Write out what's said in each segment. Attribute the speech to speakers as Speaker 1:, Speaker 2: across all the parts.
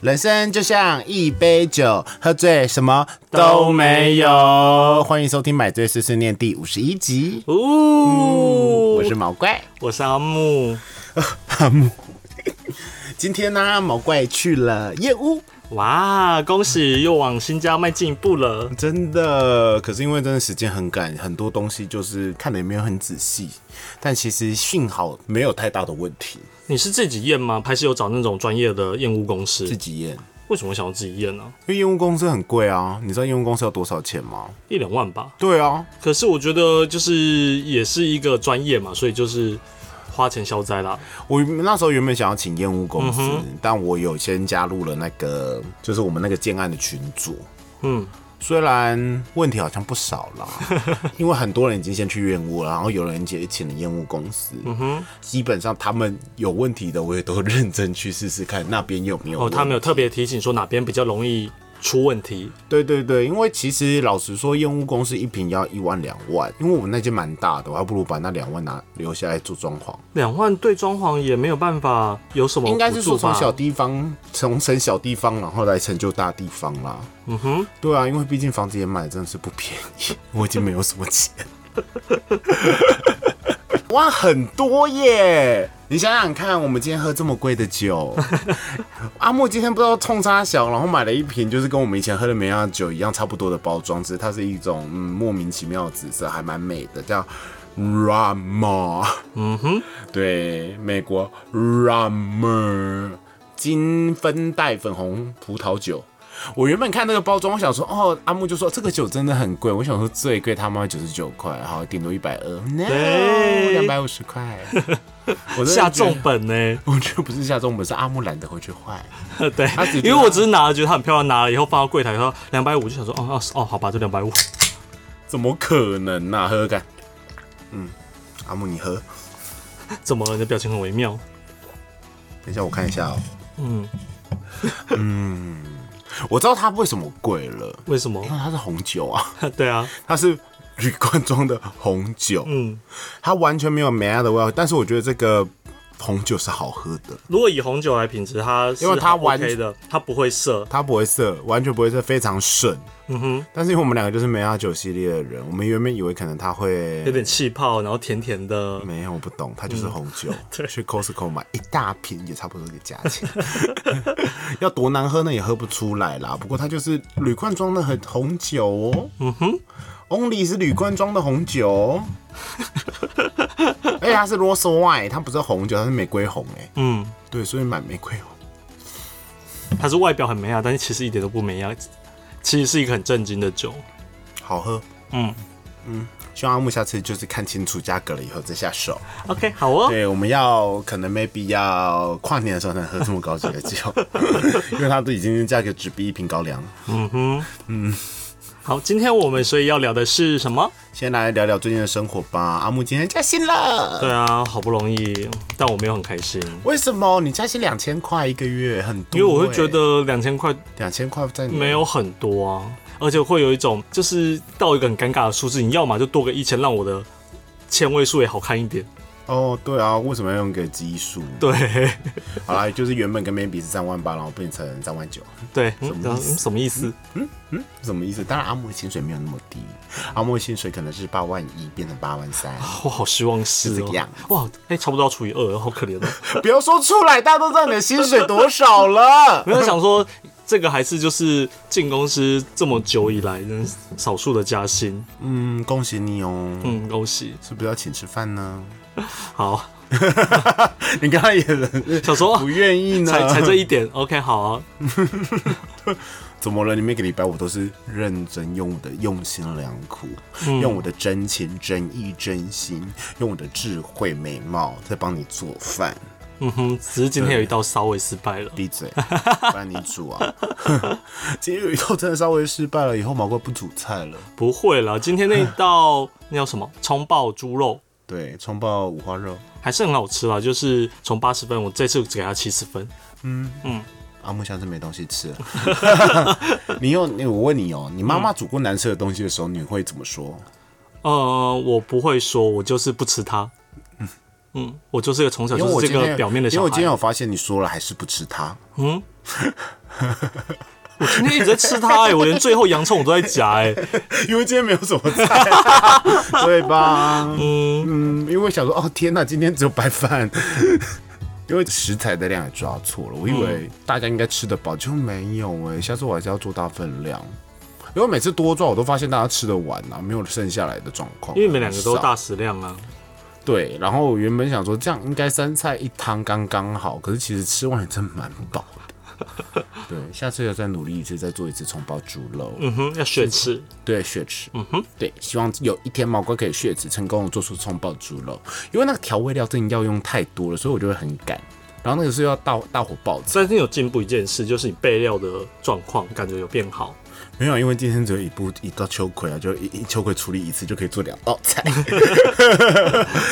Speaker 1: 人生就像一杯酒，喝醉什么
Speaker 2: 都
Speaker 1: 都
Speaker 2: 没
Speaker 1: 没
Speaker 2: 有
Speaker 1: 有。欢迎收听《买醉碎碎念》第五十一集，
Speaker 2: 哦，
Speaker 1: 我是毛怪。
Speaker 2: 我是阿木，
Speaker 1: 今天呢、毛怪去了夜屋，
Speaker 2: 哇，恭喜又往新家迈进一步了。
Speaker 1: 真的。可是因为真的时间很赶，很多东西就是看的也没有很仔细，但其实幸好没有太大的问题。
Speaker 2: 你是自己验吗？还是有找那种专业的验屋公司？
Speaker 1: 自己验，
Speaker 2: 为什么想要自己验啊呢、
Speaker 1: 因为验屋公司很贵啊，你知道验屋公司要多少钱吗？
Speaker 2: 一两万吧。
Speaker 1: 对啊，
Speaker 2: 可是我觉得就是也是一个专业嘛，所以就是花钱消灾啦。
Speaker 1: 我那时候原本想要请验屋公司，
Speaker 2: 嗯
Speaker 1: 但我有先加入了那个，就是我们那个建案的群组。
Speaker 2: 嗯，
Speaker 1: 虽然问题好像不少 啦，因为很多人已经先去验屋了，然后有人也请了验屋公司。嗯哼，基本上他们有问题的，我也都认真去试试看那边有没有
Speaker 2: 哦，
Speaker 1: 问题。
Speaker 2: 他没有特别提醒说哪边比较容易出问题。
Speaker 1: 对对对，因为其实老实说，验屋公司一瓶要一万两万，因为我们那间蛮大的，我还不如把那两万拿留下来做装潢。
Speaker 2: 两万对装潢也没有办法有什么
Speaker 1: 应该是
Speaker 2: 补
Speaker 1: 说
Speaker 2: 助
Speaker 1: 从
Speaker 2: 吧
Speaker 1: 小地方，从省小地方，然后来成就大地方啦。嗯
Speaker 2: 哼，
Speaker 1: 对啊，因为毕竟房子也买得真的是不便宜， 我已经没有什么钱。 哇，很多耶！你想想看，我们今天喝这么贵的酒，阿莫今天不知道冲沙小，然后买了一瓶，就是跟我们以前喝的梅亚酒一样差不多的包装，只是它是一种嗯莫名其妙的紫色，还蛮美的，叫 Rama。
Speaker 2: 嗯哼，
Speaker 1: 对，美国 Rummer 金分带粉红葡萄酒。我原本看那个包装，我想说，哦，阿木就说这个酒真的很贵，我想说最贵他妈九十九块，好，顶多一百二，no，
Speaker 2: 对
Speaker 1: 两百五十块，我真的
Speaker 2: 下
Speaker 1: 觉得
Speaker 2: 重，本呢、
Speaker 1: 我觉得不是下重本，是阿木懒得回去换。
Speaker 2: 对
Speaker 1: 他只，觉得
Speaker 2: 因为我只是拿了，觉得它很漂亮，拿了以后放到柜台，说两百五，就想说，哦哦哦，好吧，就两百五。
Speaker 1: 怎么可能呐、啊？喝喝看，嗯，阿木你喝，
Speaker 2: 怎么了？你的表情很微妙。
Speaker 1: 等一下我看一下哦， 嗯
Speaker 2: 嗯，
Speaker 1: 我知道它为什么贵了，
Speaker 2: 为什么
Speaker 1: 因？为它是红酒啊，
Speaker 2: 对啊，
Speaker 1: 它是铝罐装的红酒，
Speaker 2: 嗯，
Speaker 1: 它完全没有梅亚的味道，但是我觉得这个红酒是好喝的，
Speaker 2: 如果以红酒来品质，它是
Speaker 1: 因为它完
Speaker 2: OK 的，它不会涩。
Speaker 1: 它不会涩，完全不会涩，非常顺。
Speaker 2: 嗯哼，
Speaker 1: 但是因为我们两个就是梅亚酒系列的人，我们原本以为可能它
Speaker 2: 有
Speaker 1: 会
Speaker 2: 点气泡，然后甜甜的。
Speaker 1: 没有，我不懂，它就是红酒。
Speaker 2: 嗯 对
Speaker 1: 去 Costco 买一大瓶也差不多这个价钱， 要多难喝呢也喝不出来啦。不过它就是铝罐装的很红酒哦。嗯
Speaker 2: 哼
Speaker 1: ，Only 是铝罐装的红酒、哦， 而且它是 Rose Wine，它不是红酒，它是玫瑰红哎、
Speaker 2: 嗯，
Speaker 1: 对，所以买玫瑰红。
Speaker 2: 它是外表很美雅，但是其实一点都不美雅，其实是一个很震惊的酒。
Speaker 1: 好喝。
Speaker 2: 嗯
Speaker 1: 希望阿木下次就是看清楚价格了以后再下手。
Speaker 2: ，OK，好哦。
Speaker 1: 对，我们要可能 maybe 要跨年的时候才能喝这么高级 的酒，因为它都已经价格只比一瓶高粱了。
Speaker 2: 嗯哼，嗯，好，今天我们所以要聊的是什么？
Speaker 1: 先来聊聊最近的生活吧。阿木今天加薪了，
Speaker 2: 对啊，好不容易，但我没有很开心，
Speaker 1: 为什么你加薪两千块一个月很多、欸
Speaker 2: 因为我会觉得两千块
Speaker 1: 两千块在你
Speaker 2: 没有很多啊，而且会有一种就是到一个很尴尬的数字，你要么就多个一千，让我的千位数也好看一点。
Speaker 1: 哦，对啊，为什么要用个基数？
Speaker 2: 对
Speaker 1: 好啦，就是原本跟 maybe 是三万八，然后变成三万九。
Speaker 2: 对，
Speaker 1: 什
Speaker 2: 嗯
Speaker 1: 么意思
Speaker 2: 然后嗯什么意思？
Speaker 1: 什么意思？当然，阿木的薪水没有那么低，阿木的薪水可能是八万一变成八 万三，
Speaker 2: 我好失望是
Speaker 1: 这
Speaker 2: 哦
Speaker 1: 个样。
Speaker 2: 哇，哎，差不多要除以二了，好可怜哦。
Speaker 1: 不要说出来，大家都知道你的薪水多少了。
Speaker 2: 没有想说这个还是就是进公司这么久以来的少数的加薪。
Speaker 1: 嗯，恭喜你哦。
Speaker 2: 嗯，恭喜。
Speaker 1: 是不是要请吃饭呢？
Speaker 2: 好，
Speaker 1: 你刚刚也是
Speaker 2: 小时候
Speaker 1: 不愿意 呢，
Speaker 2: 才才这一点，OK，好啊。
Speaker 1: 怎么了？你每个礼拜我都是认真用我的用心良苦，用我的真情真意真心，用我的智慧美貌在帮你做饭。
Speaker 2: 嗯哼，只是今天有一道稍微失败了。
Speaker 1: 闭 嘴，不然你煮啊！ 今天有一道真的稍微失败了，以后毛怪不煮菜了。
Speaker 2: 不会啦，今天那道那叫什么葱爆猪肉
Speaker 1: 对，葱爆五花肉，
Speaker 2: 还是很好吃啦，就是从八十分，我这次只给它七十分。
Speaker 1: 阿木下次没东西吃了。 你有你，我问你哦，你妈妈煮过难吃的东西的时候，你会怎么说？
Speaker 2: 呃，我不会说，我就是不吃它。嗯我就是个从小
Speaker 1: 因为
Speaker 2: 就
Speaker 1: 我
Speaker 2: 是
Speaker 1: 今
Speaker 2: 这
Speaker 1: 天
Speaker 2: 个表面的
Speaker 1: 因为
Speaker 2: 小
Speaker 1: 我今天
Speaker 2: 孩。
Speaker 1: 有发现你说了还是不吃它，
Speaker 2: 嗯，我 今天一直在吃它哎、我连最后洋葱我都在夹 哎、
Speaker 1: 因为今天没有什么 菜、对吧？
Speaker 2: 嗯，
Speaker 1: 嗯，因为想说，哦天哪，今天只有白饭， 因为食材的量也抓错了，我以为大家应该吃得饱，就没有哎、下次我还是要做大份量，因为每次多抓我都发现大家吃得完啊，没有剩下来的状况，啊
Speaker 2: 因为你们两个都
Speaker 1: 很少
Speaker 2: 大食量啊，
Speaker 1: 对，然后我原本想说这样应该三菜一汤刚刚好，可是其实吃完也真蛮饱的。对，下次要再努力一次，再做一次葱爆猪肉。
Speaker 2: 嗯哼，要学吃，
Speaker 1: 对，血池。嗯哼，对，希望有一天毛哥可以血池成功地做出葱爆猪肉，因为那个调味料真的要用太多了，所以我就会很赶。然后那个是要大大火爆炸，
Speaker 2: 但是有进步一件事，就是你备料的状况感觉有变好。
Speaker 1: 没有，因为今天只有一部一道秋葵啊，就一一秋葵处理一次就可以做两道菜。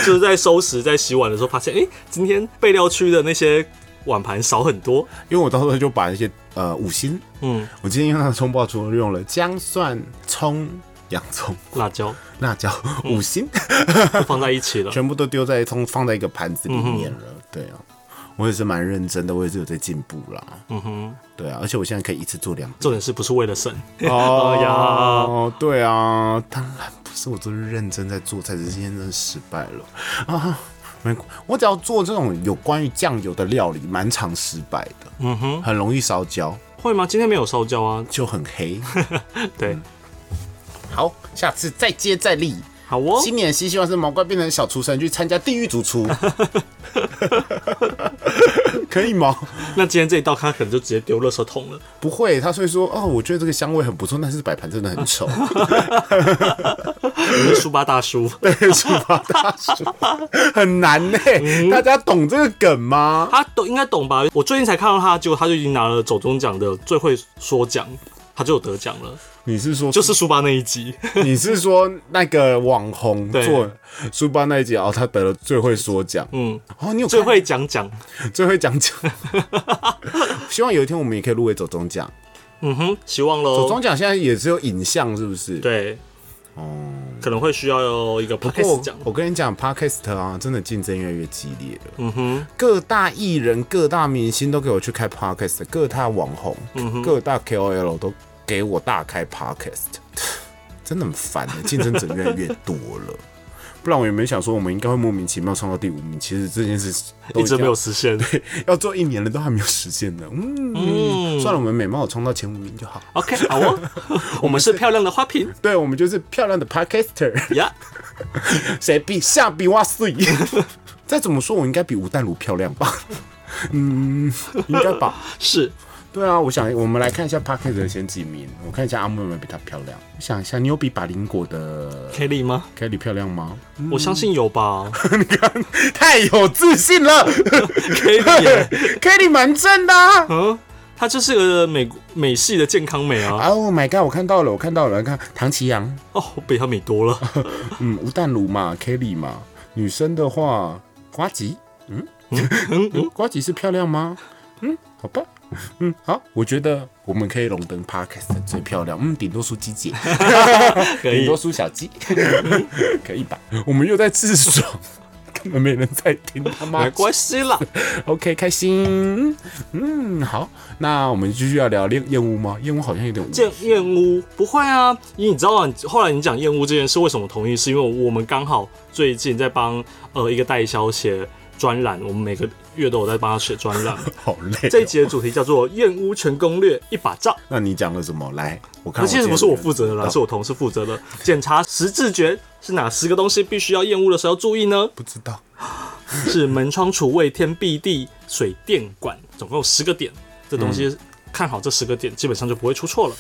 Speaker 2: 就是在收拾、在洗碗的时候，发现哎、诶今天备料区的那些碗盘少很多。
Speaker 1: 因为我到时候就把那些呃五星，
Speaker 2: 嗯，
Speaker 1: 我今天用那个葱爆猪肉用了姜、蒜、葱、洋葱、
Speaker 2: 辣椒
Speaker 1: 辣椒、
Speaker 2: 嗯
Speaker 1: 五星。
Speaker 2: 都放在一起了。
Speaker 1: 全部都丢在通放在一个盘子里面了。
Speaker 2: 嗯
Speaker 1: 对啊，我也是蛮认真的，我也是有在进步啦。嗯哼，对啊，而且我现在可以一次做两
Speaker 2: 重点是不是为了省？
Speaker 1: 哦，对啊，当然不是，我都是认真在做菜，只是今天真的失败了啊。没，我只要做这种有关于酱油的料理，蛮常失败的，
Speaker 2: 嗯哼，
Speaker 1: 很容易烧焦，
Speaker 2: 会吗？今天没有烧焦啊。
Speaker 1: 就很黑。嗯
Speaker 2: 对，
Speaker 1: 好，下次再接再厉。
Speaker 2: 好哦。
Speaker 1: 新年新希望是毛怪变成小厨神去参加地狱主厨， 可以吗？
Speaker 2: 那今天这一道他可能就直接丢垃圾桶了。
Speaker 1: 不会，他所以说哦，我觉得这个香味很不错，但是摆盘真的 很丑。
Speaker 2: 你是书吧大叔，
Speaker 1: 是吧，大叔？很难呢、
Speaker 2: 嗯
Speaker 1: 大家懂这个梗吗？
Speaker 2: 他懂应该懂吧？我最近才看到他，结果他就已经拿了走中奖的最会说奖，他就有得奖了，
Speaker 1: 你是说，
Speaker 2: 就是书吧那一集。
Speaker 1: 你是说那个网红
Speaker 2: 对
Speaker 1: 做书包那一集哦，他得了最会说奖，
Speaker 2: 嗯，
Speaker 1: 哦，你有
Speaker 2: 最
Speaker 1: 看
Speaker 2: 会讲奖。
Speaker 1: 最会讲 奖。希望有一天我们也可以入围走中奖。
Speaker 2: 嗯哼，希望
Speaker 1: 走
Speaker 2: 喽。
Speaker 1: 中奖现在也只有影像，是不是？
Speaker 2: 对，
Speaker 1: 哦。
Speaker 2: 可能会需要一个 p
Speaker 1: 不
Speaker 2: o d c a
Speaker 1: 过
Speaker 2: s 奖。
Speaker 1: 我跟你讲，Podcast 啊，真的竞争越来越激烈了。
Speaker 2: 嗯哼，
Speaker 1: 各大艺人、各大明星都给我去开 Podcast，各大网红、
Speaker 2: 嗯
Speaker 1: 各大 KOL 都给我大开 Podcast，真 的很烦欸竞争者越来越多了。 不然我原本想说，我们应该会莫名其妙冲到第五名，其实这件事都
Speaker 2: 一
Speaker 1: 已经
Speaker 2: 直没有实现。
Speaker 1: 要做一年了，都还没有实现呢。嗯，
Speaker 2: 嗯
Speaker 1: 算了，我们美貌冲到前五名就好。
Speaker 2: OK，好哦，我们是漂亮的花瓶
Speaker 1: 对，我们就是漂亮的 Podcaster。
Speaker 2: 呀。
Speaker 1: 谁比下比哇碎？再怎么说，我应该比吴淡如漂亮吧？ 嗯，应该吧。
Speaker 2: 是，
Speaker 1: 对啊，我想我们来看一下 p a r k e t 的前几名，我看一下阿木有没有比她漂亮。我想一下，你有比百灵果的
Speaker 2: Kelly 吗？
Speaker 1: Kelly 漂亮吗？
Speaker 2: 我相信有吧。
Speaker 1: 太有自信了
Speaker 2: Kelly，耶
Speaker 1: ，Kelly 蛮正的、啊。
Speaker 2: 嗯，她就是个美美系的健康美啊。
Speaker 1: Oh my god！我看到了，我看到了，看唐奇阳，
Speaker 2: 哦，我比她美多了。
Speaker 1: 嗯，吴淡如嘛，Kelly 嘛。女生的话，瓜吉，嗯，嗯 瓜吉是漂亮吗？嗯，好吧，嗯，好，我觉得我们可以荣登 Parkes 最漂亮，嗯，顶多输鸡姐，
Speaker 2: 可
Speaker 1: 顶
Speaker 2: 以
Speaker 1: 多，输小鸡， 可以吧？我们又在自爽， 根本没人在听，他妈
Speaker 2: 没关系啦。
Speaker 1: ，OK，开心，嗯，好，那我们继续要聊厌厌恶吗？厌恶好像有点无
Speaker 2: 见燕屋不会啊，因为你知道啊，后来你讲燕屋这件事为什么同意，是因为我们刚好最近在帮呃一个代销写专栏，我们每个月都有在帮他写专 栏。
Speaker 1: 好累哦、
Speaker 2: 这一集的主题叫做《燕屋全攻略一把照》。
Speaker 1: 那你讲了什么？来，我
Speaker 2: 那
Speaker 1: 看我哦
Speaker 2: 其
Speaker 1: 今
Speaker 2: 实
Speaker 1: 天
Speaker 2: 不是
Speaker 1: 有
Speaker 2: 我
Speaker 1: 没有
Speaker 2: 负责的啦，
Speaker 1: 知
Speaker 2: 是我同事负责的。检查十字诀是哪十个东西必须要厌恶的时候要注意 呢？
Speaker 1: 不知道。
Speaker 2: 是门窗、厨卫、天、壁、地、水电管，总共有十个点。这东
Speaker 1: 嗯
Speaker 2: 西看好这十个点，基本上就不会出错了。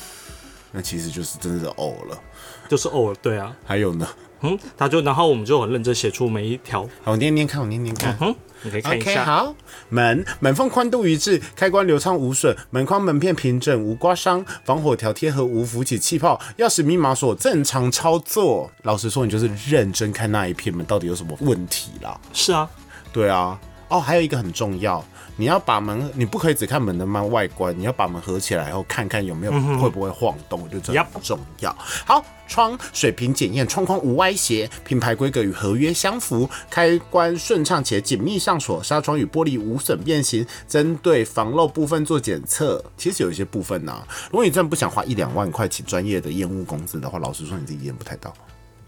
Speaker 1: 那其实就是真的是呕了。
Speaker 2: 就是偶尔对啊，
Speaker 1: 还有呢，
Speaker 2: 嗯，他就然后我们就很认真写出每一条，
Speaker 1: 好，我念念看，我念念看。
Speaker 2: 嗯，你可以看一
Speaker 1: OK，
Speaker 2: 下。
Speaker 1: 好，门门缝宽度一致，开关流畅无损，门框门片平整无刮伤，防火条贴合无浮起气泡，钥匙密码锁正常操作。老实说，你就是认真看那一片门到底有什么问题啦。
Speaker 2: 是啊，
Speaker 1: 对啊，哦，还有一个很重要，你要把门，你不可以只看门的慢外观，你要把门合起来后看看有没有、会不会晃动，我觉得这
Speaker 2: 嗯 Yup
Speaker 1: 很重要。好，窗水平检验，窗框无歪斜，品牌规格与合约相符，开关顺畅且紧密上锁，纱窗与玻璃无损变形，针对防漏部分做检测。其实有一些部分呢、啊如果你真的不想花一两万块请专业的验屋公司的话，老实说你自己验不太到。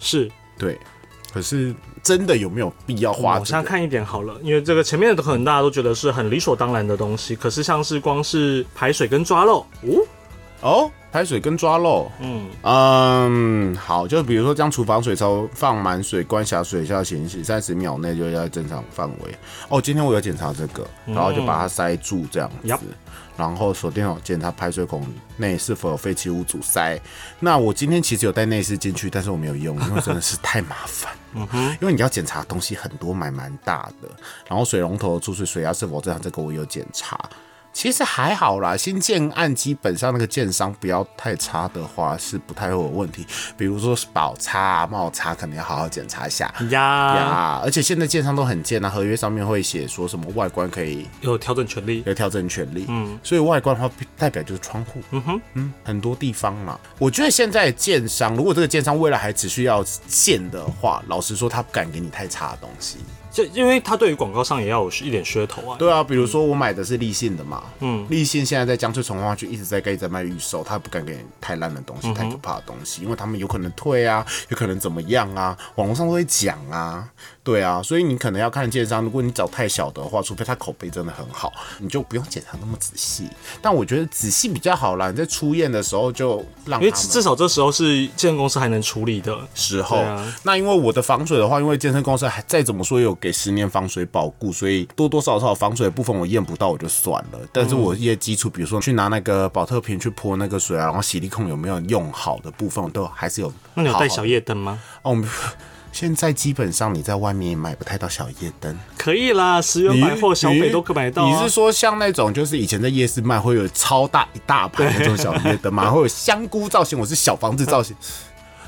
Speaker 2: 是，
Speaker 1: 对，可是真的有没有必要花、
Speaker 2: 嗯我
Speaker 1: 这
Speaker 2: 先
Speaker 1: 个？
Speaker 2: 看一点好了，因为这个前面的可能大家都觉得是很理所当然的东西，可是像是光是排水跟抓漏，哦，
Speaker 1: 哦，排水跟抓漏。
Speaker 2: 嗯，
Speaker 1: 嗯，好，就比如说将厨房水槽放满水、关狭水下行驶三十秒内就要在正常范围。哦，今天我有检查这个，然后就把它塞住这样子。
Speaker 2: 嗯 Yup
Speaker 1: 然后手电筒检查排水孔内是否有废弃物阻塞。那我今天其实有带内饰进去，但是我没有用，因为真的是太麻 烦。
Speaker 2: 嗯
Speaker 1: 因为你要检查东西很多，买蛮大的，然后水龙头出水水压是否正常，这个我有检查。其实还好啦，新建案基本上那个建商不要太差的话，是不太会有问题。比如说宝叉啊、帽叉，可能要好好检查一下。
Speaker 2: 呀，
Speaker 1: 呀，而且现在建商都很贱啊，合约上面会写说什么外观可以
Speaker 2: 有调整权利，
Speaker 1: 有调整权利，嗯，所以外观的话代表就是窗户，嗯
Speaker 2: 哼，
Speaker 1: 嗯，很多地方嘛。我觉得现在的建商，如果这个建商未来还持续要建的话，老实说，他不敢给你太差的东西。
Speaker 2: 就因为它对于广告上也要有一点噱头啊，
Speaker 1: 对啊，比如说我买的是立信的嘛，嗯，立信现在在江翠从化区一直在盖在卖预售，他不敢给你太烂的东
Speaker 2: 嗯
Speaker 1: 西、太可怕的东西，因为他们有可能退啊，有可能怎么样啊，网络上都会讲啊，对啊，所以你可能要看建商，如果你找太小的话，除非他口碑真的很好，你就不用检查那么仔细。但我觉得仔细比较好啦，你在出验的时候就让他
Speaker 2: 因为
Speaker 1: 们
Speaker 2: 至至少这时候是建公司还能处理的，
Speaker 1: 时候。
Speaker 2: 对啊
Speaker 1: 那因为我的防水的话，因为健身公司还再怎么说也有给十年防水保固，所以多多少少防水的部分我验不到我就算了。但是我一些基础，比如说去拿那个保特瓶去泼那个水啊，然后洗力控有没有用好的部分，我都还是有好好。
Speaker 2: 那你有带小夜灯吗？
Speaker 1: 哦？我们现在基本上你在外面也买不太到小夜灯，
Speaker 2: 可以啦，十元
Speaker 1: 你
Speaker 2: 百货、小北都可以买到、
Speaker 1: 你
Speaker 2: 啊。
Speaker 1: 是说像那种就是以前在夜市卖会有超大一大盘那种小夜灯吗？会有香菇造型，我是小房子 造型。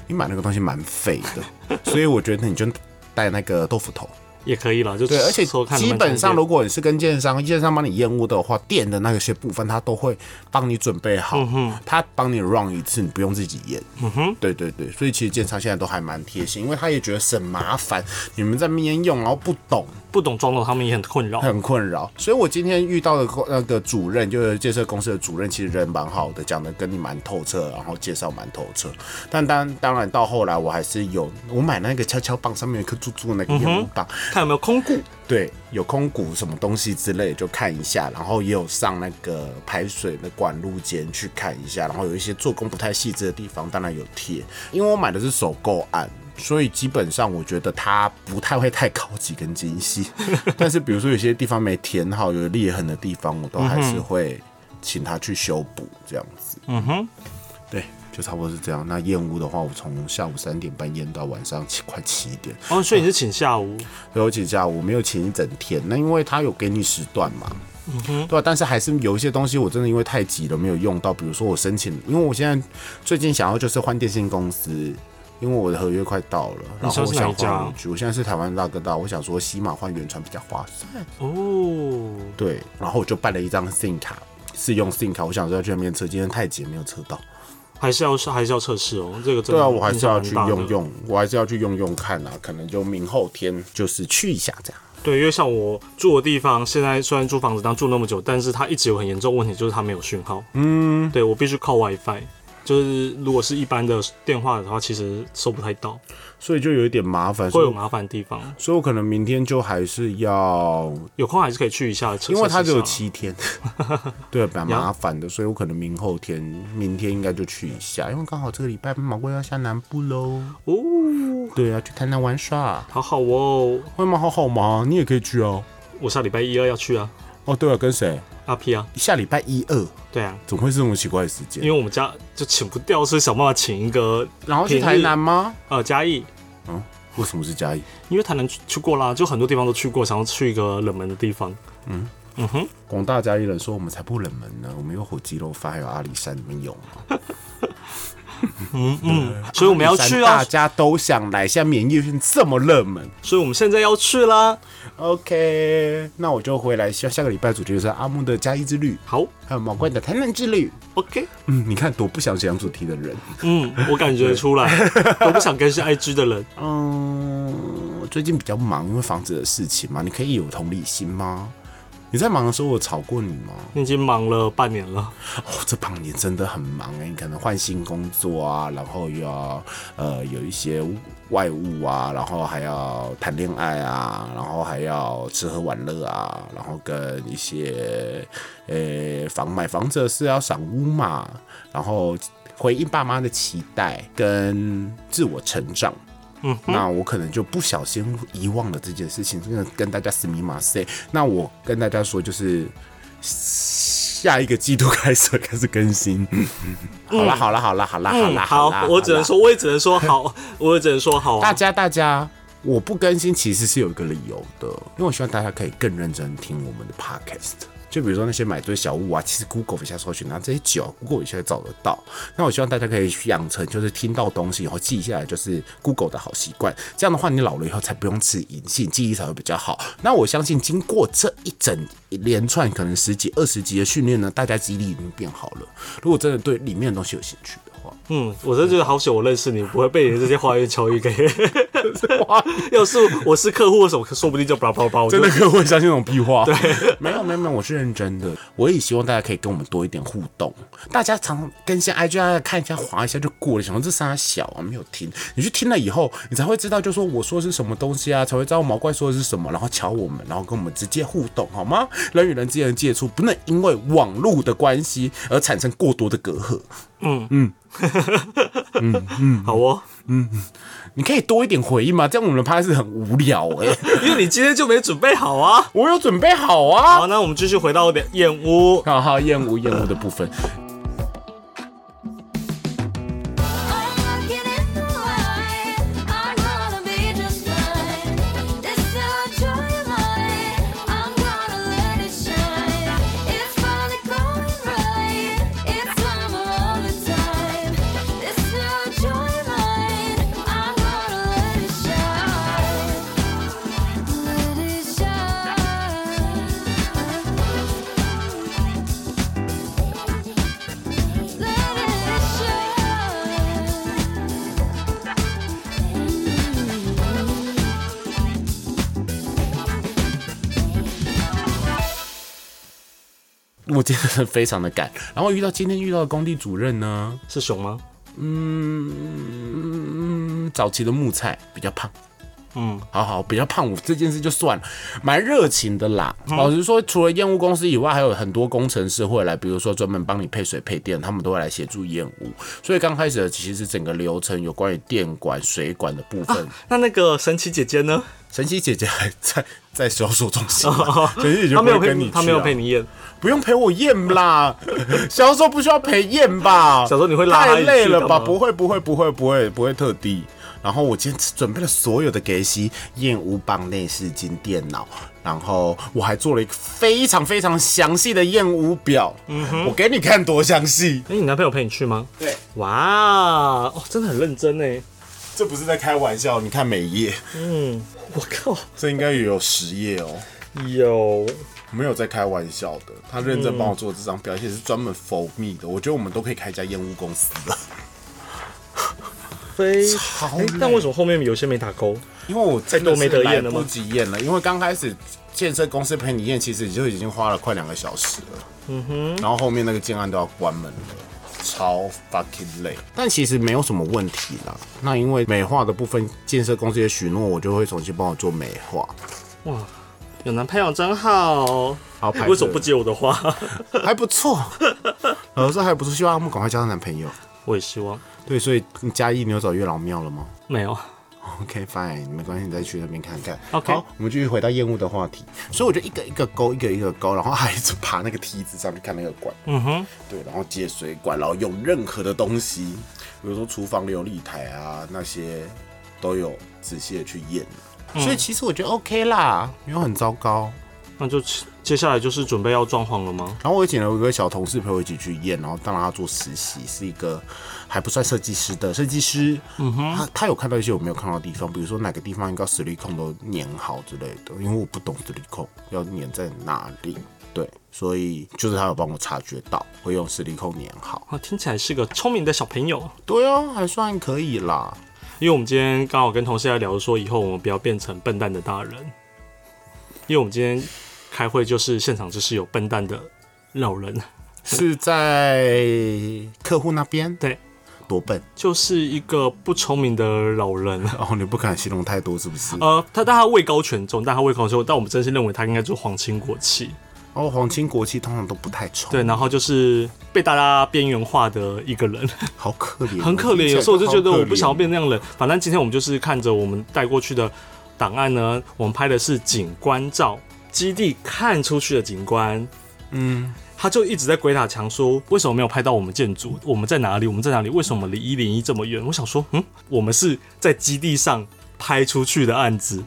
Speaker 1: 你买那个东西蛮废的，所以我觉得你就带那个豆腐 头。
Speaker 2: 也可以啦，就
Speaker 1: 对，而且
Speaker 2: 说看能
Speaker 1: 基
Speaker 2: 不能
Speaker 1: 本上
Speaker 2: 看见
Speaker 1: 如果你是跟建商，建商帮你验屋的话，店的那些部分他都会帮你准备
Speaker 2: 嗯
Speaker 1: 好，他帮你 run 一次，你不用自己验。嗯哼，对对对，所以其实建商现在都还蛮贴心，因为他也觉得省麻烦，你们在那边用然后不懂，
Speaker 2: 不懂装懂，他们也很困扰。
Speaker 1: 很困扰。所以我今天遇到的公那个主任，就是建设公司的主任，其实人蛮好的，讲的跟你蛮透彻，然后介绍蛮透彻。但当当然到后来，我还是有我买那个跷跷棒上面有一颗珠珠的那个烟雾棒，
Speaker 2: 看有没有空顾，
Speaker 1: 对，有空鼓什么东西之类就看一下，然后也有上那个排水的管路间去看一下，然后有一些做工不太细致的地方，当然有贴，因为我买的是手购案。所以基本上，我觉得它不太会太高级跟 精细，但是比如说有些地方没填好，有裂痕的地方，我都还是会请他去修补这样子。嗯哼，对，就差不多是这样。那验屋的话，我从下午三点半验到晚上七快七点，
Speaker 2: 哦，所以你是请下午，
Speaker 1: 有请假，我没有请一整天，那因为他有给你时段嘛。对啊，但是还是有一些东西我真的因为太急了没有用到，比如说我申请，因为我现在最近想要就是换电信公司，因为我的合约快到了，然
Speaker 2: 现
Speaker 1: 后
Speaker 2: 在
Speaker 1: 我
Speaker 2: 是哪
Speaker 1: 想
Speaker 2: 一家
Speaker 1: 换去，我现在是台湾大哥大，我想说西马换原传比较划算，
Speaker 2: 哦，
Speaker 1: 对，然后我就办了一张 SIM 卡，试用 SIM 卡，我想说要去那边测，今天太急没有测到，
Speaker 2: 还是要还是要测试哦，这个真
Speaker 1: 对
Speaker 2: 的
Speaker 1: 啊，我还是要
Speaker 2: 影
Speaker 1: 去
Speaker 2: 响蛮大的
Speaker 1: 用。用，我还是要去用用看啊，可能就明后天就是去一下这样。
Speaker 2: 对，因为像我住的地方，现在虽然租房子当住那么久，但是它一直有很严重的问题，就是它没有讯号。嗯，对我必须靠 WiFi，就是如果是一般的电话的话，其实收不太到，
Speaker 1: 所以就有一点麻烦，
Speaker 2: 会
Speaker 1: 所以
Speaker 2: 有
Speaker 1: 我
Speaker 2: 麻烦的地方。
Speaker 1: 所以我可能明天就还是要，
Speaker 2: 有空还是可以去一下，测
Speaker 1: 因为它
Speaker 2: 测试
Speaker 1: 只
Speaker 2: 一
Speaker 1: 有
Speaker 2: 下
Speaker 1: 七天，对， 蛮麻烦的，所以我可能明后天，明天应该就去一下，因为刚好这个礼拜毛怪要下南部喽，
Speaker 2: 哦，
Speaker 1: 对啊，去台南玩耍，
Speaker 2: 好好哦，
Speaker 1: 会吗？好好吗？你也可以去哦。
Speaker 2: 我下礼拜一二要去啊，
Speaker 1: 哦，对了、跟谁？
Speaker 2: 阿 P 啊，
Speaker 1: 下礼拜一二，
Speaker 2: 对啊，
Speaker 1: 总会是这种奇怪的时
Speaker 2: 因
Speaker 1: 间。
Speaker 2: 为我们家就请不掉，所以想办法请一个
Speaker 1: 然后去
Speaker 2: 平日
Speaker 1: 台南吗？
Speaker 2: 呃嘉义，
Speaker 1: 嗯，为什么是嘉义？
Speaker 2: 因为台南去去过啦，就很多地方都去过，想要去一个冷门的地方。
Speaker 1: 广大嘉义人说我们才不冷门呢，我们有火鸡肉饭，还有阿里山，你们有吗？
Speaker 2: 嗯嗯，所以我们要去啊
Speaker 1: 大，家都想来，现在免疫力这么热门。
Speaker 2: 所以我们现在要去啦。
Speaker 1: OK，那我就回来。下下个礼拜主题就是阿木的嘉义之旅，
Speaker 2: 好
Speaker 1: 还有毛怪的台南之旅。
Speaker 2: ，OK，
Speaker 1: 嗯，你看多不想讲主题的人。
Speaker 2: 嗯，我感觉出来，我不想更新 IG 的人，
Speaker 1: 嗯，我最近比较忙，因为房子的事情嘛。你可以有同理心吗？你在忙的时候，我吵过你吗？
Speaker 2: 你已经忙了半年了，
Speaker 1: 哦，这半年真的很忙哎、你可能换新工作啊，然后又要呃有一些外务啊，然后还要谈恋爱啊，然后还要吃喝玩乐啊，然后跟一些呃房买房子的事要赏屋嘛，然后回应爸妈的期待跟自我成长。
Speaker 2: 嗯，
Speaker 1: 那我可能就不小心遗忘了这件事情，真的跟大家死密马赛。那我跟大家说，就是下一个季度开始开始更新。好啦好啦好啦好啦好
Speaker 2: 嗯，
Speaker 1: 啦
Speaker 2: 好
Speaker 1: 啦，
Speaker 2: 我只能，说，我也只能说好，我也只能说好
Speaker 1: 大
Speaker 2: 啊。
Speaker 1: 家大家，我不更新其实是有一个理由的，因为我希望大家可以更认真听我们的 podcast。就比如说那些买醉小物啊，其实 Google 一下搜寻，然后这些酒 Google 一下就找得到。那我希望大家可以去养成，就是听到东西以后记下来，就是 Google 的好习惯。这样的话，你老了以后才不用吃银杏，记忆才会比较好。那我相信，经过这一整连串可能十几、二十集的训练呢，大家记忆力已经变好了。如果真的对里面的东西有兴趣的话，
Speaker 2: 嗯，我真的觉得好险，我认识你，不会被你这些花言巧语给。
Speaker 1: 哇，
Speaker 2: 要是我是客户或什么，说不定就叭叭叭，我就
Speaker 1: 真的可会相信那种屁话？ 对，没有没有没有，我是认真的。我也希望大家可以跟我们多一点互动。大家常更新 IG 啊，看一下划一下就过了，想说这仨小啊没有听，你去听了以后，你才会知道，就说我说的是什么东西啊，才会知道毛怪说的是什么，然后瞧我们，然后跟我们直接互动，好吗？人与人之间的接触不能因为网络的关系而产生过多的隔阂。
Speaker 2: 好哦。
Speaker 1: 你可以多一点回应吗？这样我们的趴是很无聊哎、
Speaker 2: 因为你今天就没准备好啊。
Speaker 1: 我有准备好啊。
Speaker 2: 好，那我们继续回到燕屋。
Speaker 1: 好好，厌恶厌恶的部分。
Speaker 3: Let it shine.
Speaker 1: 我真的非常的赶。然后遇到今天遇到的工地主任呢，
Speaker 2: 是熊吗？
Speaker 1: 嗯，早期的木菜比较胖，
Speaker 2: 嗯，
Speaker 1: 好好比较胖，我这件事就算了，蛮热情的啦。
Speaker 2: 嗯
Speaker 1: 老实说，除了燕屋公司以外，还有很多工程师会来，比如说专门帮你配水配电，他们都会来协助燕屋。所以刚开始的其实整个流程有关于电管、水管的部 分，
Speaker 2: 那那个神奇姐姐 呢？
Speaker 1: 晨曦姐姐还在在销售中心 啊，晨曦姐姐
Speaker 2: 她哦没
Speaker 1: 不
Speaker 2: 有
Speaker 1: 会
Speaker 2: 陪
Speaker 1: 跟
Speaker 2: 你，
Speaker 1: 你
Speaker 2: 她没有
Speaker 1: 去啊
Speaker 2: 陪你演。
Speaker 1: 不用陪我验啦， 小时候不需要陪验吧？
Speaker 2: 小时候你会拉他一
Speaker 1: 太
Speaker 2: 起
Speaker 1: 累了吧？
Speaker 2: 干嘛
Speaker 1: 不会不会不会不会不会特地。然后我今天准备了所有的给息，验屋棒、内视镜、电脑，然后我还做了一个非常非常详细的验屋表，
Speaker 2: 嗯
Speaker 1: 我给你看多详细。
Speaker 2: 哎、你男朋友陪你去吗？
Speaker 1: 对，
Speaker 2: 哇，哦，真的很认真哎。
Speaker 1: 这不是在开玩笑，你看每页，
Speaker 2: 嗯，我靠，
Speaker 1: 这应该也有十页哦。
Speaker 2: 有
Speaker 1: 没有在开玩笑的，他认真帮我做这张表，而且是专门 for me 的。我觉得我们都可以开一家验屋公司了。
Speaker 2: 非
Speaker 1: 超
Speaker 2: 哎
Speaker 1: 累
Speaker 2: 但为什么后面有些没打勾？
Speaker 1: 因为我真
Speaker 2: 都
Speaker 1: 的
Speaker 2: 没
Speaker 1: 是
Speaker 2: 得验
Speaker 1: 来
Speaker 2: 了吗
Speaker 1: 不及验了，因为刚开始建设公司陪你验，其实就已经花了快两个小时了。嗯哼，然后后面那个建案都要关门了。超 fucking 累，但其实没有什么问题啦。那因为美化的部分，建设公司也许诺我就会重新帮我做美化。
Speaker 2: 哇，有男朋友真好。
Speaker 1: 好，排
Speaker 2: 为什么不
Speaker 1: 队
Speaker 2: 接我的话？
Speaker 1: 还不错？ 老实说还不错，希望阿木赶快交到男朋友。
Speaker 2: 我也希望
Speaker 1: 对，所以你嘉义牛找月老庙了吗
Speaker 2: 没有。
Speaker 1: ？OK fine，没关系，你再去那边看看。
Speaker 2: OK
Speaker 1: 好，我们继续回到厌恶的话题。所以我就一个一个勾，一个一个勾，然后还是爬那个梯子上去看那个管，
Speaker 2: 嗯哼，
Speaker 1: 对，然后接水管，然后用任何的东西，比如说厨房琉璃台啊那些，都有仔细的去验。所以其实我觉得 OK 啦，没有很糟糕。
Speaker 2: 那就接接下来就是准备要装潢了吗？
Speaker 1: 然后我也请了我一个小同事陪我一起去验，然后当然他做实习，是一个还不算设计师的设计师。嗯哼，他他有看到一些我没有看到的地方，比如说哪个地方应该 silicone 都粘好之类的，因为我不懂 silicone 要粘在哪里。对，所以就是他有帮我察觉到，会用 silicone 粘好。
Speaker 2: 啊，听起来是个聪明的小朋友。
Speaker 1: 对哦，还算可以啦。
Speaker 2: 因为我们今天刚好跟同事在聊说，以后我们不要变成笨蛋的大人。因为我们今天开会就是现场就是有笨蛋的老人，
Speaker 1: 是在客户那边，
Speaker 2: 对，
Speaker 1: 多笨
Speaker 2: 就是一个不聪明的老人。
Speaker 1: 哦！你不敢形容太多，是不是？
Speaker 2: 呃，他但他位高权重，但他位高权重，但我们真心认为他应该就是皇亲国戚。
Speaker 1: 哦，皇亲国戚通常都不太丑，
Speaker 2: 对，然后就是被大家边缘化的一个人，
Speaker 1: 好可怜哦，
Speaker 2: 很可
Speaker 1: 听
Speaker 2: 怜。
Speaker 1: 起来
Speaker 2: 有时候我就觉得
Speaker 1: 好可
Speaker 2: 我不想要
Speaker 1: 怜哦
Speaker 2: 变那样的人。反正今天我们就是看着我们带过去的档案呢，我们拍的是景观照，基地看出去的景观。
Speaker 1: 嗯。
Speaker 2: 他就一直在鬼打墙说，为什么没有拍到我们建筑？我们在哪里？我们在哪里？为什么离一零一这么远？我想说，嗯，我们是在基地上拍出去的案子，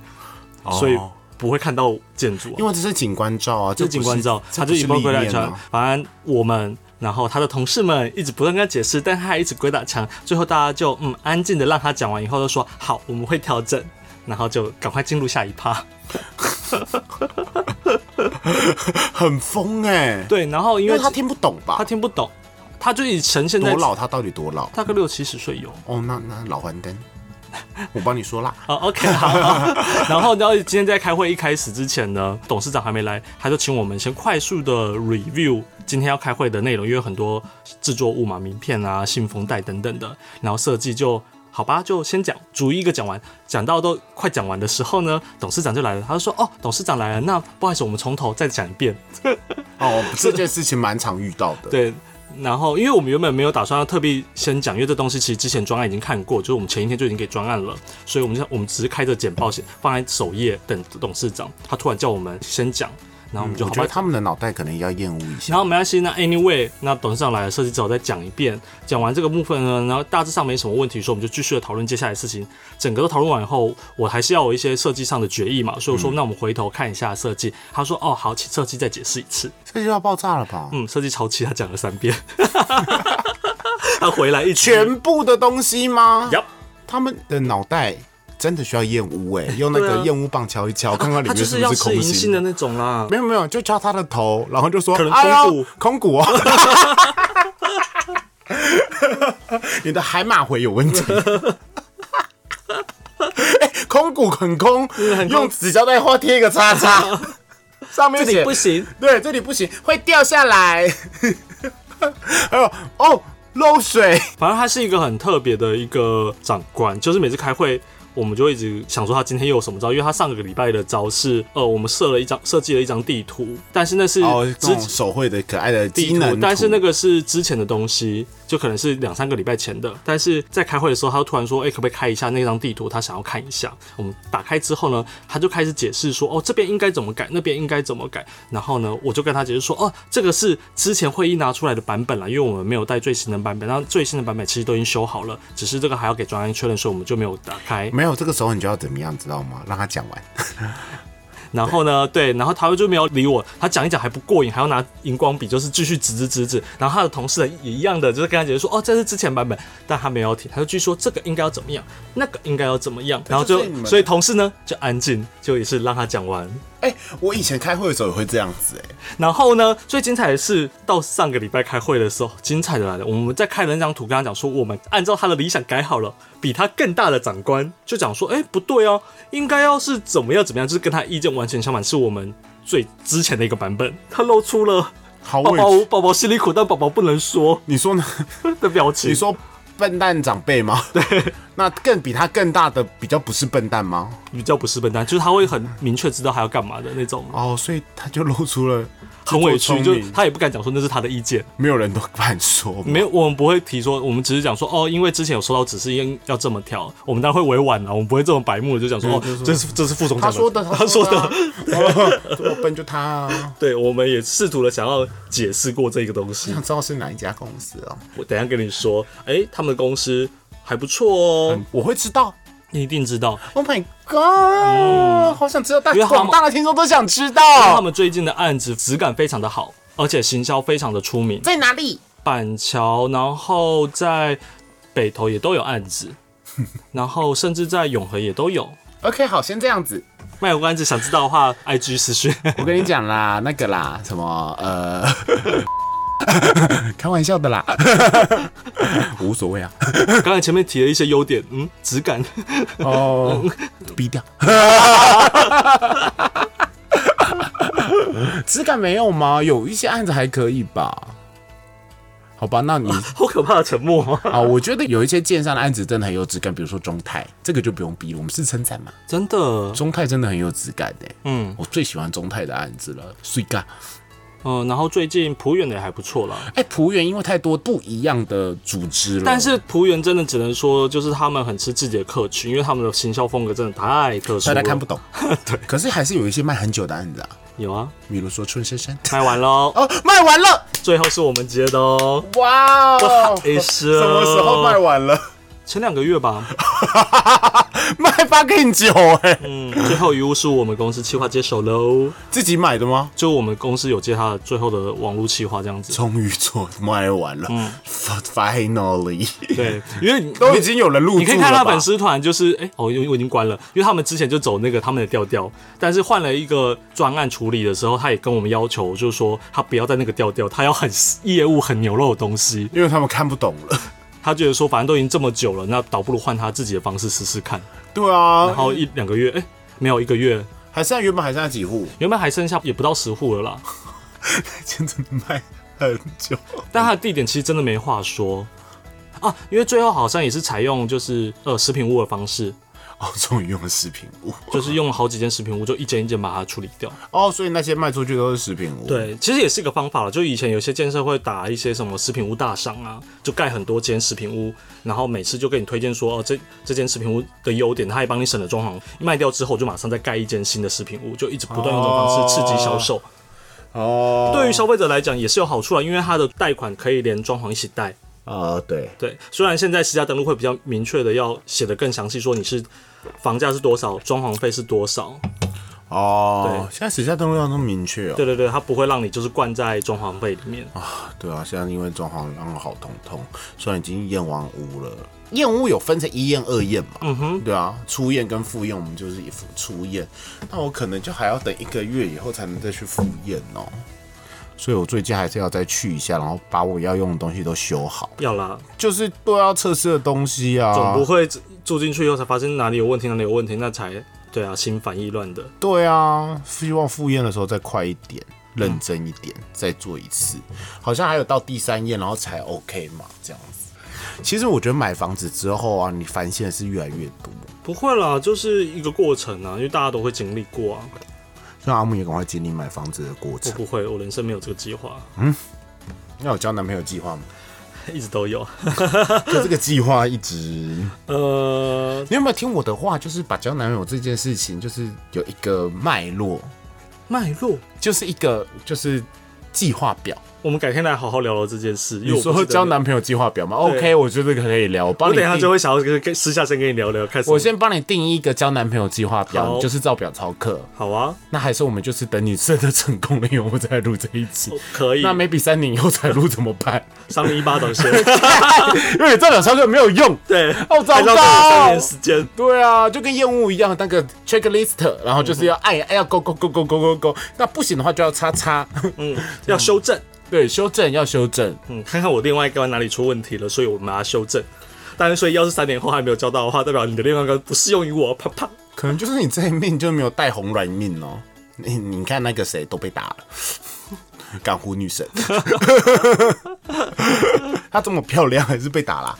Speaker 2: 所以
Speaker 1: 哦
Speaker 2: 不会看到建筑啊、
Speaker 1: 因为这是景观照啊，
Speaker 2: 这
Speaker 1: 不
Speaker 2: 景观照，
Speaker 1: 这
Speaker 2: 他
Speaker 1: 不
Speaker 2: 就一
Speaker 1: 是
Speaker 2: 波鬼打
Speaker 1: 理念
Speaker 2: 墙
Speaker 1: 啊。
Speaker 2: 反正我们，然后他的同事们一直不断跟他解释，但他还一直鬼打墙。最后大家就嗯安静的让他讲完以后，就说好，我们会调整，然后就赶快进入下一趴。
Speaker 1: 很疯哎、
Speaker 2: 对，然后因
Speaker 1: 因
Speaker 2: 为
Speaker 1: 为他听不懂吧？
Speaker 2: 他听不懂，他就一直呈现在
Speaker 1: 多老？他到底多老？
Speaker 2: 大概六七十岁有。
Speaker 1: 哦，那那老黄灯， 我帮你说啦。
Speaker 2: 哦、o k 好。好 然后，然后今天在开会一开始之前呢，董事长还没来，他就请我们先快速的 review 今天要开会的内容，因为有很多制作物嘛，名片啊、信封袋等等的，然后设计就。好吧，就先讲逐一一个讲完，讲到都快讲完的时候呢，董事长就来了。他就说：“哦，董事长来了，那不好意思，我们从头再讲一遍。”
Speaker 1: 哦，这件事情蛮常遇到 的。，
Speaker 2: 对，然后因为我们原本没有打算要特别先讲，因为这东西其实之前专案已经看过，就是我们前一天就已经给专案了，所以我们就我们只是开着简报写放在首页等董事长，他突然叫我们先讲，然后我们就
Speaker 1: 嗯我
Speaker 2: 好
Speaker 1: 觉
Speaker 2: 吧。
Speaker 1: 得他们的脑袋可能要厌恶一
Speaker 2: 然
Speaker 1: 下。
Speaker 2: 后没关系，那 anyway，那董事长来了，设计之后再讲一遍。讲完这个部分呢，然后大致上没什么问题，所以我们就继续的讨论接下来的事情。整个都讨论完以后，我还是要有一些设计上的决议嘛，所
Speaker 1: 嗯
Speaker 2: 以我说、那我们回头看一下设计。他说哦好，请设计再解释一次。
Speaker 1: 这就要爆炸了吧？
Speaker 2: 嗯，设计超期他讲了三遍， 他回来一直
Speaker 1: 全部的东西吗？
Speaker 2: Yup
Speaker 1: 他们的脑袋真的需要厌恶哎， 用那
Speaker 2: 对
Speaker 1: 个
Speaker 2: 啊
Speaker 1: 厌恶棒敲一敲，看看里
Speaker 2: 他就
Speaker 1: 面
Speaker 2: 是
Speaker 1: 不
Speaker 2: 要
Speaker 1: 是
Speaker 2: 吃
Speaker 1: 空
Speaker 2: 银杏的
Speaker 1: 心。
Speaker 2: 那种啦。
Speaker 1: 没有没有，就敲他的头，然后就说：“
Speaker 2: 可能
Speaker 1: 哎呦
Speaker 2: 空骨
Speaker 1: 空骨哦。”你的海马回有问题。 哎空骨很空，
Speaker 2: 很空
Speaker 1: 用纸胶带画贴一个叉叉，上面
Speaker 2: 这
Speaker 1: 写
Speaker 2: 里不行，
Speaker 1: 对，这里不行，会掉下来。 还有哦，漏水。
Speaker 2: 反正他是一个很特别的一个长官，就是每次开会。我们就会一直想说他今天又有什么招，因为他上个礼拜的招是，呃，我们设了一张设计了一张地图，但是那是
Speaker 1: 哦，这
Speaker 2: 之
Speaker 1: 种手绘的可爱的机
Speaker 2: 地
Speaker 1: 能
Speaker 2: 图
Speaker 1: 图，，
Speaker 2: 但是那个是之前的东西，就可能是两三个礼拜前的。但是在开会的时候，他就突然说：“哎、可不可以开一下那张地图？他想要看一下。”我们打开之后呢，他就开始解释说：“哦，这边应该怎么改，那边应该怎么改。”然后呢，我就跟他解释说：“哦，这个是之前会议拿出来的版本啦，因为我们没有带最新的版本，那最新的版本其实都已经修好了，只是这个还要给专案确认，所以我们就没有打开。”
Speaker 1: 没有，这个时候你就要怎么样，知道吗？让他讲完。
Speaker 2: 然后呢，对，然后他就没有理我，他讲一讲还不过瘾，还要拿荧光笔就是继续指指指指。然后他的同事也一样的，就是跟他解释说，哦，这是之前版本，但他没有听，他就继续说这个应该要怎么样，那个应该要怎么样。然后就
Speaker 1: 就是你，们
Speaker 2: 所以同事呢就安静，就也是让他讲完。
Speaker 1: 哎、我以前开会的时候也会这样子、哎，
Speaker 2: 然后呢，最精彩的是到上个礼拜开会的时候，精彩的来了，我们在开了那张图，跟他讲说，我们按照他的理想改好了，比他更大的长官就讲说，哎，不对哦，应该要是怎么样怎么样，就是跟他意见完全相反，是我们最之前的一个版本，他露出了
Speaker 1: 好
Speaker 2: 宝
Speaker 1: 委
Speaker 2: 宝
Speaker 1: 屈。
Speaker 2: 宝宝心里苦，但宝宝不能说
Speaker 1: 你说呢？
Speaker 2: 的表情。
Speaker 1: 你说笨蛋长辈 吗？对，那更比他更大的比较不是笨蛋吗？
Speaker 2: 比较不是笨蛋，就是他会很明确知道他要干嘛的那种，
Speaker 1: 哦，所以他就露出 了
Speaker 2: 很委屈，
Speaker 1: 自
Speaker 2: 就
Speaker 1: 作聪
Speaker 2: 是
Speaker 1: 明
Speaker 2: 他也不敢讲说那是他的意见。
Speaker 1: 没有人都敢说，
Speaker 2: 没有，我们不会提说，我们只是讲说哦，因为之前有收到指示，应要这么调，我们当然会委婉了，啊我们不会这么白目的就讲说哦，这是这是副总
Speaker 1: 他
Speaker 2: 讲
Speaker 1: 说 的，
Speaker 2: 他
Speaker 1: 说
Speaker 2: 说
Speaker 1: 的啊
Speaker 2: 的，，
Speaker 1: 哦这么笨就他、啊。
Speaker 2: 对，我们也试图的想要解释过这个东西
Speaker 1: 想。知道是哪一家公司哦？
Speaker 2: 我等一下跟你说，哎，他们的公司还不错哦，哦
Speaker 1: 我会知道，
Speaker 2: 你一定知道，
Speaker 1: Oh my god！、好想知道，大
Speaker 2: 因为他们
Speaker 1: 广大的听众都想知
Speaker 2: 嗯他
Speaker 1: 道
Speaker 2: 们最近的案子质感非常的好，而且行销非常的出名，
Speaker 1: 在哪里。
Speaker 2: 板桥，然后在北投也都有案 子，然后甚至在永和也都有。
Speaker 1: OK，好，先这样子。
Speaker 2: 卖有关子想知道的话，IG 私讯。
Speaker 1: 我跟你讲 啦，那个啦，什么呃， 开玩笑 的啦，无所谓啊。
Speaker 2: 刚才前面提了一些优点，嗯，质感，
Speaker 1: 哦，逼掉。 质感没有吗？有一些案子还可以吧。好吧，那你
Speaker 2: 好可怕的沉默哦、
Speaker 1: 啊，我觉得有一些建商的案子真的很有质感，比如说中泰，这个就不用逼了，我们是称赞嘛。
Speaker 2: 真的，
Speaker 1: 中泰真的很有质感的、
Speaker 2: 嗯
Speaker 1: 我最喜欢中泰的案子了，碎干。
Speaker 2: 嗯、然后最近浦远的也还不错啦，
Speaker 1: 哎，浦原因为太多不一样的组织了，
Speaker 2: 但是浦原真的只能说，就是他们很吃自己的客群，因为他们的行销风格真的太特殊
Speaker 1: 大
Speaker 2: 了。
Speaker 1: 家看不懂。对，可是还是有一些卖很久的案子啊，
Speaker 2: 有啊，
Speaker 1: 比如说春生生。
Speaker 2: 卖完 喽，
Speaker 1: 哦，卖完了，
Speaker 2: 最后是我们接的哦。
Speaker 1: 哇哦！
Speaker 2: 哎是哦
Speaker 1: 什么时候卖完了？
Speaker 2: 前两个月吧，
Speaker 1: 卖发更久哎、
Speaker 2: 嗯，最后一物是我们公司企划接手喽，
Speaker 1: 自己买的吗？
Speaker 2: 就我们公司有接他的最后的网络企划这 样子。
Speaker 1: 终于做卖完了、
Speaker 2: 嗯
Speaker 1: f i n a l l y
Speaker 2: 对，因为你
Speaker 1: 都已经有人入驻了
Speaker 2: 你可以看他
Speaker 1: 吧
Speaker 2: 粉丝团，就是哎、哦，因为我已经关了，因为他们之前就走那个他们的调调，但是换了一个专案处理的时候，他也跟我们要求，就是说他不要在那个调调，他要很业务很牛肉的东西。
Speaker 1: 因为他们看不懂了。
Speaker 2: 他觉得说，反正都已经这么久了，那倒不如换他自己的方式试试 看。
Speaker 1: 对啊
Speaker 2: 然，后一两个月，哎、没有一个月，
Speaker 1: 还剩下原本还剩下几户，
Speaker 2: 原本还剩下也不到十户了啦。
Speaker 1: 真的卖很久。
Speaker 2: 但它的地点其实真的没话说啊，因为最后好像也是采用就是呃食品屋的方式，
Speaker 1: 哦，终于用了食品屋
Speaker 2: 就是用好几间食品屋就一间一间把它处理掉。
Speaker 1: 哦，所以那些卖出去都是食品屋。，
Speaker 2: 对，其实也是一个方法了。就以前有些建设会打一些什么食品屋大赏啊，就盖很多间食品屋，然后每次就给你推荐说哦这这间食品屋的优点，它也帮你省了装潢，卖掉之后就马上再盖一间新的食品屋，就一直不断用这种方式刺激销售。
Speaker 1: 哦，
Speaker 2: 对于消费者来讲也是有好处啊，因为它的贷款可以连装潢一起贷。
Speaker 1: 呃，对，
Speaker 2: 对，虽然现在实价登录会比较明确的要写的更详细，说你是房价是多少，装潢费是多少。
Speaker 1: 哦，
Speaker 2: 对
Speaker 1: 现在实价登录要那么明确哦。
Speaker 2: 对对对，它不会让你就是灌在装潢费里面。
Speaker 1: 对啊，现在因为装潢让我好痛痛，虽然已经验完屋了。验屋有分成一验、二验嘛？嗯哼，对啊，初验跟复验，我们就是一复初验。那我可能就还要等一个月以后才能再去复验哦。所以我最近还是要再去一下，然后把我要用的东西都修好，
Speaker 2: 要啦，
Speaker 1: 就是都要测试的东西啊。
Speaker 2: 总不会住住进去以后才发现哪里有问题，哪里有问题，那才对啊，心烦意乱的。
Speaker 1: 对啊，希望赴宴的时候再快一点，认真一点，再做一次。好像还有到第三宴，然后才 OK 嘛，这样子。其实我觉得买房子之后啊，你烦心的事越来越多。
Speaker 2: 不会啦，就是一个过程啊，因为大家都会经历过啊。
Speaker 1: 所以阿木也赶快经历买房子的过
Speaker 2: 我
Speaker 1: 程。
Speaker 2: 不会，我人生没有这个计划，
Speaker 1: 那有交男朋友计划吗？
Speaker 2: 一直都有。
Speaker 1: 就这个计划一 直
Speaker 2: 呃，
Speaker 1: 你有没有听我的话？就是把交男朋友这件事情，就是有一个脉络，
Speaker 2: 脉络，
Speaker 1: 就是一个就是计划表。
Speaker 2: 我们改天来好好聊聊这件事。因为
Speaker 1: 你
Speaker 2: 我不
Speaker 1: 说
Speaker 2: 记得
Speaker 1: 交，男朋友计划表吗
Speaker 2: 对
Speaker 1: ？OK，我觉得可以聊。我帮
Speaker 2: 我
Speaker 1: 你
Speaker 2: 等一下
Speaker 1: 定
Speaker 2: 就会想要跟跟私下先跟你聊聊，看什么
Speaker 1: 我先帮你定一个交男朋友计划表，
Speaker 2: 好
Speaker 1: 你就是照表操课。
Speaker 2: 好啊，
Speaker 1: 那还是我们就是等你真的成功了以后再录这一集。
Speaker 2: 可以。
Speaker 1: 那 maybe 三年以后才录怎么办？
Speaker 2: 上面一巴掌先。
Speaker 1: 因为照表操课没有用。
Speaker 2: 对，
Speaker 1: 哦
Speaker 2: 还是
Speaker 1: 糟糕
Speaker 2: 要等我三年时间。
Speaker 1: 对啊，就跟厌恶一样，那个 checklist，然后就是要爱爱要 go go go go go go go，那不行的话就要叉叉，
Speaker 2: 嗯，要修正。
Speaker 1: 对，修正要修正。
Speaker 2: 嗯，看看我另外一个哪里出问题了，所以我们把它修正。但是，所以要是三年后还没有交到的话，代表你的另外一个不适用于我，啪啪。
Speaker 1: 可能就是你这一命就没有带红软命哦。 你你看那个谁都被打了， 港湖女神， 她这么漂亮还是被 打啦，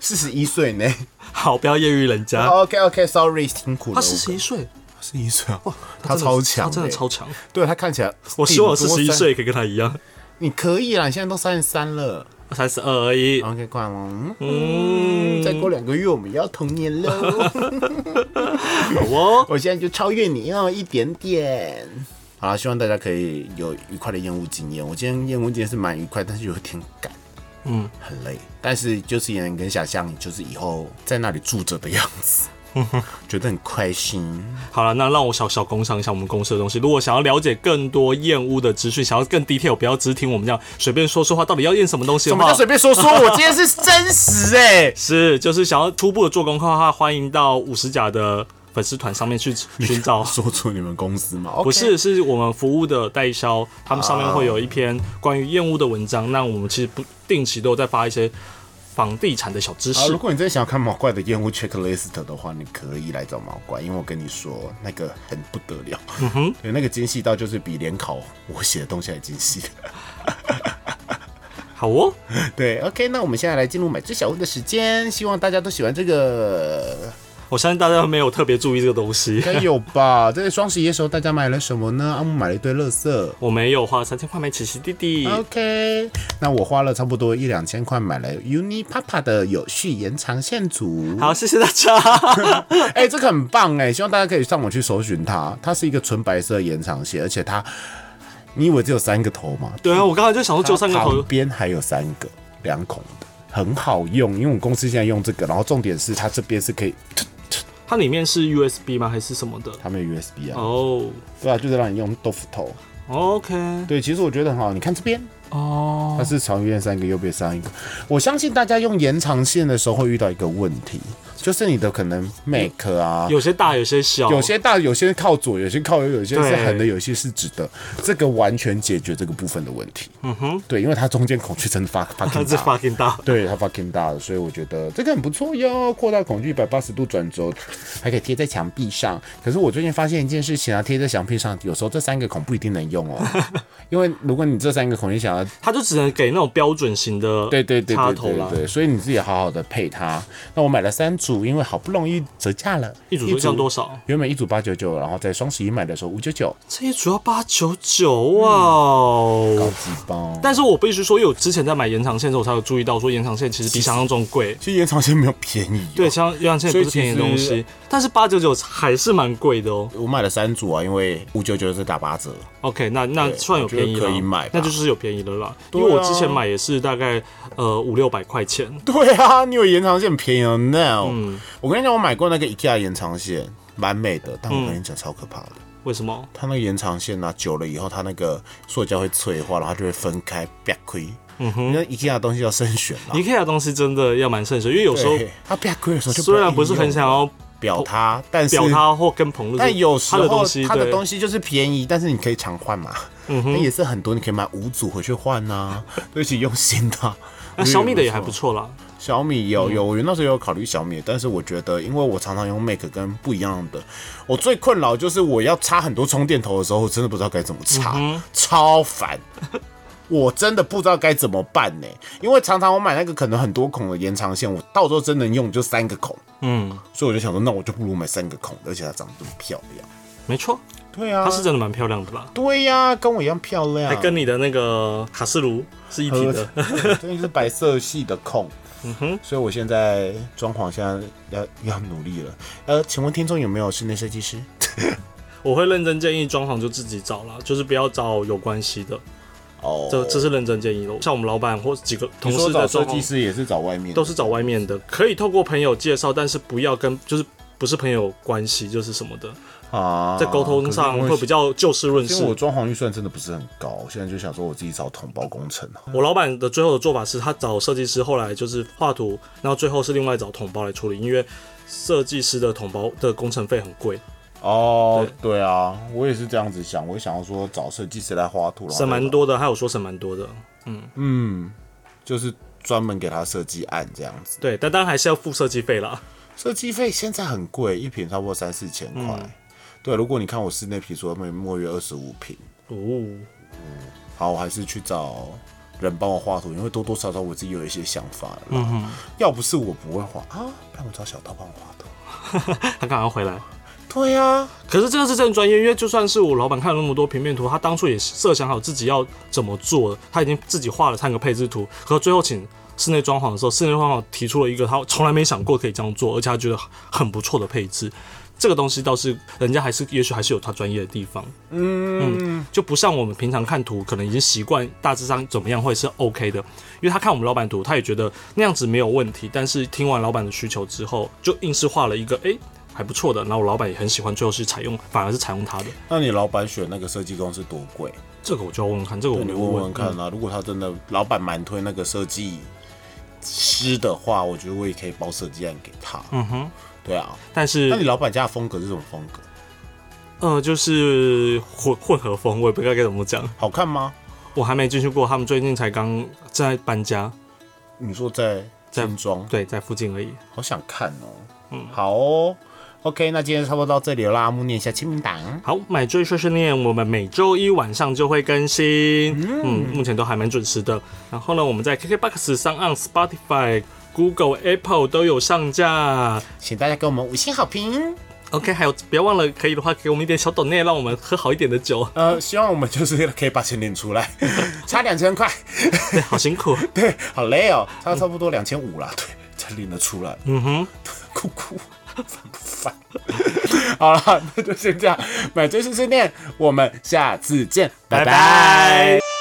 Speaker 1: 四十一岁呢。哦
Speaker 2: 好，不要揶揄人家。
Speaker 1: OK OK，Sorry，辛苦了。
Speaker 2: 他啊四十一岁，
Speaker 1: 十一岁啊，哇，
Speaker 2: 他
Speaker 1: 她
Speaker 2: 真的
Speaker 1: 超强、欸
Speaker 2: 他真的超。强。
Speaker 1: 对她看起来，
Speaker 2: 我希望我
Speaker 1: 顶
Speaker 2: 四
Speaker 1: 多
Speaker 2: 十一
Speaker 1: 三
Speaker 2: 岁，也可以跟他一样，
Speaker 1: 你可以啦，你现在都三十三了。
Speaker 2: 三十二而已。
Speaker 1: OK，快了，
Speaker 2: 嗯，
Speaker 1: 再过两个月我们要童年了。
Speaker 2: 好哦。
Speaker 1: 我现在就超越你哦一点点。好了，希望大家可以有愉快的厌恶经验。我今天厌恶经验是蛮愉快，但是有点赶， 嗯，很累。但是就是也能跟想象，就是以后在那里住着的样子。觉得很开心。
Speaker 2: 好了，那让我小小工商一下我们公司的东西。如果想要了解更多燕屋的资讯，想要更 detail，不要只听我们这样随便说说话，到底要验什么东西的
Speaker 1: 什么叫
Speaker 2: 话
Speaker 1: 随，便说说？我今天是真实哎、
Speaker 2: 是就是想要初步的做功课的话，欢迎到五十甲的粉丝团上面去 寻找。
Speaker 1: 说出你们公司吗？
Speaker 2: 不
Speaker 1: OK
Speaker 2: 是，是我们服务的代销，他们上面会有一篇关于燕屋的文章。那我们其实不定期都有在发一些房地产的小知
Speaker 1: 啊，
Speaker 2: 识
Speaker 1: 如。果你真的想要看毛怪的厌恶 checklist 的话，你可以来找毛怪，因为我跟你说那个很不得了，嗯哼，对，那个精细到就是比联考我写的东西还精细。
Speaker 2: 好哦，
Speaker 1: 对，OK，那我们现在来进入买醉小屋的时间，希望大家都喜欢这个，
Speaker 2: 我相信大家没有特别注意这个东西
Speaker 1: 应。该有吧？在双十一的时候，大家买了什么呢？阿木买了一堆乐色。
Speaker 2: 我没有花了三千块买琪琪弟弟，
Speaker 1: OK，那我花了差不多一两千块买了 Uni Papa 的有序延长线组。
Speaker 2: 好，谢谢大家。
Speaker 1: 哎、这个很棒哎、希望大家可以上网去搜寻它。它是一个纯白色的延长线，而且它，你以为只有三个头吗？
Speaker 2: 对啊，我刚才就想说就三个
Speaker 1: 它
Speaker 2: 头
Speaker 1: 旁，边还有三个两孔的，很好用。因为我们公司现在用这个，然后重点是它这边是可以，
Speaker 2: 它里面是 USB 吗？还是什么的？
Speaker 1: 它没有 USB 啊，
Speaker 2: 哦、
Speaker 1: 对啊，就是让你用豆腐头。
Speaker 2: o k
Speaker 1: 对，其实我觉得很好。你看这边，
Speaker 2: 哦、
Speaker 1: 它是长边三个，右边三个。我相信大家用延长线的时候会遇到一个问题，就是你的可能 Make 啊，
Speaker 2: 有些大，有些小，
Speaker 1: 有些大，有些靠左，有些靠右，有些是
Speaker 2: 对
Speaker 1: 横的，有些是直的。这个完全解决这个部分的问题。嗯哼，对，因为它中间孔距真的发
Speaker 2: 它
Speaker 1: fucking
Speaker 2: 是
Speaker 1: 大，
Speaker 2: fucking 大。
Speaker 1: 对它 fucking 大了，所以我觉得这个很不错哟。扩大孔距一百八十度转轴，还可以贴在墙壁上。可是我最近发现一件事情啊，贴在墙壁上，有时候这三个孔不一定能用哦，因为如果你这三个孔你想要
Speaker 2: 它就只能给那种标准型的
Speaker 1: 对对对
Speaker 2: 插
Speaker 1: 对
Speaker 2: 头
Speaker 1: 对
Speaker 2: 啦，
Speaker 1: 对，所以你自己好好的配它。那我买了三组，因为好不容易折价了，
Speaker 2: 一组就像多少？
Speaker 1: 原本一组八九九，然后在双十一买的时候五九九，
Speaker 2: 这一组要八九九哇哦、
Speaker 1: 嗯高级包。
Speaker 2: 但是我必须说，因为我之前在买延长线的时候，我才有注意到说延长线其实比想象中贵。
Speaker 1: 其实延长线没有便宜、哦
Speaker 2: 对，，像延长线也不是便宜的东
Speaker 1: 所以
Speaker 2: 西，但是八九九还是蛮贵的哦。
Speaker 1: 我买了三组啊，因为五九九是打八折。
Speaker 2: OK，那那
Speaker 1: 对
Speaker 2: 算有
Speaker 1: 我觉得
Speaker 2: 便宜了，
Speaker 1: 可以买吧
Speaker 2: 那就是有便宜了啦。因
Speaker 1: 对啊
Speaker 2: 为我之前买也是大概呃五六百块钱，
Speaker 1: 对啊，你以为延长线很便宜哦？No，、我跟你讲，我买过那个 IKEA 延长线，蛮美的，但我跟你讲超可怕的。
Speaker 2: 为什么？
Speaker 1: 它那个延长线呢、啊久了以后，它那个塑胶会脆化，然后它就会分开，啪亏。嗯哼，那 IKEA 的东西要慎选啦。
Speaker 2: 你 k 的东西真的要蛮慎选，因为有时候
Speaker 1: 啊对它啪亏的时候就
Speaker 2: 虽然不是很想
Speaker 1: 要
Speaker 2: 要
Speaker 1: 表它，但是
Speaker 2: 表他或跟朋友，
Speaker 1: 但有时
Speaker 2: 他的
Speaker 1: 候
Speaker 2: 东西，
Speaker 1: 它的
Speaker 2: 对
Speaker 1: 东西就是便宜，但是你可以常换嘛。嗯哼，也是很多，你可以买五组回去换啊 呐、而且用新的啊。
Speaker 2: 那小米的也还不错嗯啦。
Speaker 1: 小米有有，我那时候有考虑小米，但是我觉得，因为我常常用 Make 跟不一样的，我最困扰就是我要插很多充电头的时候，我真的不知道该怎么插，
Speaker 2: 嗯
Speaker 1: 超烦。我真的不知道该怎么办呢、因为常常我买那个可能很多孔的延长线，我到时候真能用就三个孔，
Speaker 2: 嗯，
Speaker 1: 所以我就想说，那我就不如买三个孔的，而且它长得这么漂亮。
Speaker 2: 没错，
Speaker 1: 对啊，
Speaker 2: 它是真的蛮漂亮的啦，
Speaker 1: 对呀、跟我一样漂亮，
Speaker 2: 还跟你的那个卡式炉是一体 的。
Speaker 1: 所以是白色系的控。嗯哼，所以我现在装潢现在要要努力了。呃，请问听众有没有室内设计师？
Speaker 2: 我会认真建议装潢就自己找啦，就是不要找有关系的，
Speaker 1: 哦，
Speaker 2: 这这是认真建议咯。像我们老板或几个同
Speaker 1: 你说
Speaker 2: 事在
Speaker 1: 找
Speaker 2: 装
Speaker 1: 设
Speaker 2: 潢
Speaker 1: 计师也是找外面的，
Speaker 2: 都是找外面的，可以透过朋友介绍，但是不要跟就是不是朋友关系就是什么的，
Speaker 1: 啊，
Speaker 2: 在沟通上会比
Speaker 1: 较。
Speaker 2: 较就事论
Speaker 1: 因为我
Speaker 2: 事。
Speaker 1: 装潢预算真的不是很高，我现在就想说我自己找统包工程哦
Speaker 2: 我老板的最后的做法是他找设计师，后来就是画图，然后最后是另外找统包来处理，因为设计师的统包的工程费很贵，
Speaker 1: 哦，对啊，我也是这样子想，我也想要说找设计师来画图，然后
Speaker 2: 省蛮多的，还有说省蛮多的。
Speaker 1: 就是专门给他设计案这样子。
Speaker 2: 对，但当然还是要付设计费啦。
Speaker 1: 设计费现在很贵，一瓶差不多三四千块。
Speaker 2: 嗯
Speaker 1: 对，如果你看我室内皮说每末约二十五瓶，
Speaker 2: 哦，
Speaker 1: 好，我还是去找人帮我画图，因为多多少少我自己有一些想法了。嗯要不是我不会画啊，不然我找小刀帮我画图。
Speaker 2: 他刚好回来。
Speaker 1: 对呀、啊，
Speaker 2: 可是这个是真的专业，因为就算是我老板看了那么多平面图，他当初也设想好自己要怎么做，他已经自己画了三个配置图，可最后请室内装潢的时候，室内装潢提出了一个他从来没想过可以这样做，而且他觉得很不错的配置。这个东西倒是人家还是也许还是有他专业的地方，嗯就不像我们平常看图，可能已经习惯大致上怎么样会是 OK 的，因为他看我们老板图，他也觉得那样子没有问题，但是听完老板的需求之后，就硬是画了一个诶还不错的，然后我老板也很喜欢，最后是采用反而是采用它的。
Speaker 1: 那你老板选那个设计公司多贵？
Speaker 2: 这个我就要问问看，这个我
Speaker 1: 对你
Speaker 2: 没有
Speaker 1: 问问看啊
Speaker 2: 嗯
Speaker 1: 啦、如果他真的老板蛮推那个设计师的话，我觉得我也可以包设计案给他。
Speaker 2: 嗯哼，
Speaker 1: 对啊，
Speaker 2: 但
Speaker 1: 那你
Speaker 2: 是
Speaker 1: 老板家的风格是什么风格？
Speaker 2: 呃，就是混混合风，我也不知道该怎么讲。
Speaker 1: 好看吗？
Speaker 2: 我还没进去过，他们最近才刚在搬家，
Speaker 1: 你说在
Speaker 2: 在
Speaker 1: 新庄，
Speaker 2: 对，在附近而已。
Speaker 1: 好想看哦。好哦。OK，那今天差不多到这里了啦，木念一下清明档。
Speaker 2: 好，买醉碎碎念，我们每周一晚上就会更新，嗯，目前都还蛮准时的。然后呢，我们在 KKBOX 上、on Spotify、Google、Apple 都有上架。
Speaker 1: 请大家给我们五星好评。
Speaker 2: OK，还有不要忘了，可以的话给我们一点小抖内，让我们喝好一点的酒。
Speaker 1: 呃，希望我们就是可以把钱领出来， 差两千 块，
Speaker 2: 对，好辛苦。
Speaker 1: 对，好累哦，差差不多两千五啦，对，才领得出来，
Speaker 2: 嗯哼，
Speaker 1: 哭哭，烦不烦？ 好了，那就先这样，买醉碎碎念，我们下次见，拜
Speaker 2: 拜
Speaker 1: 拜
Speaker 2: 拜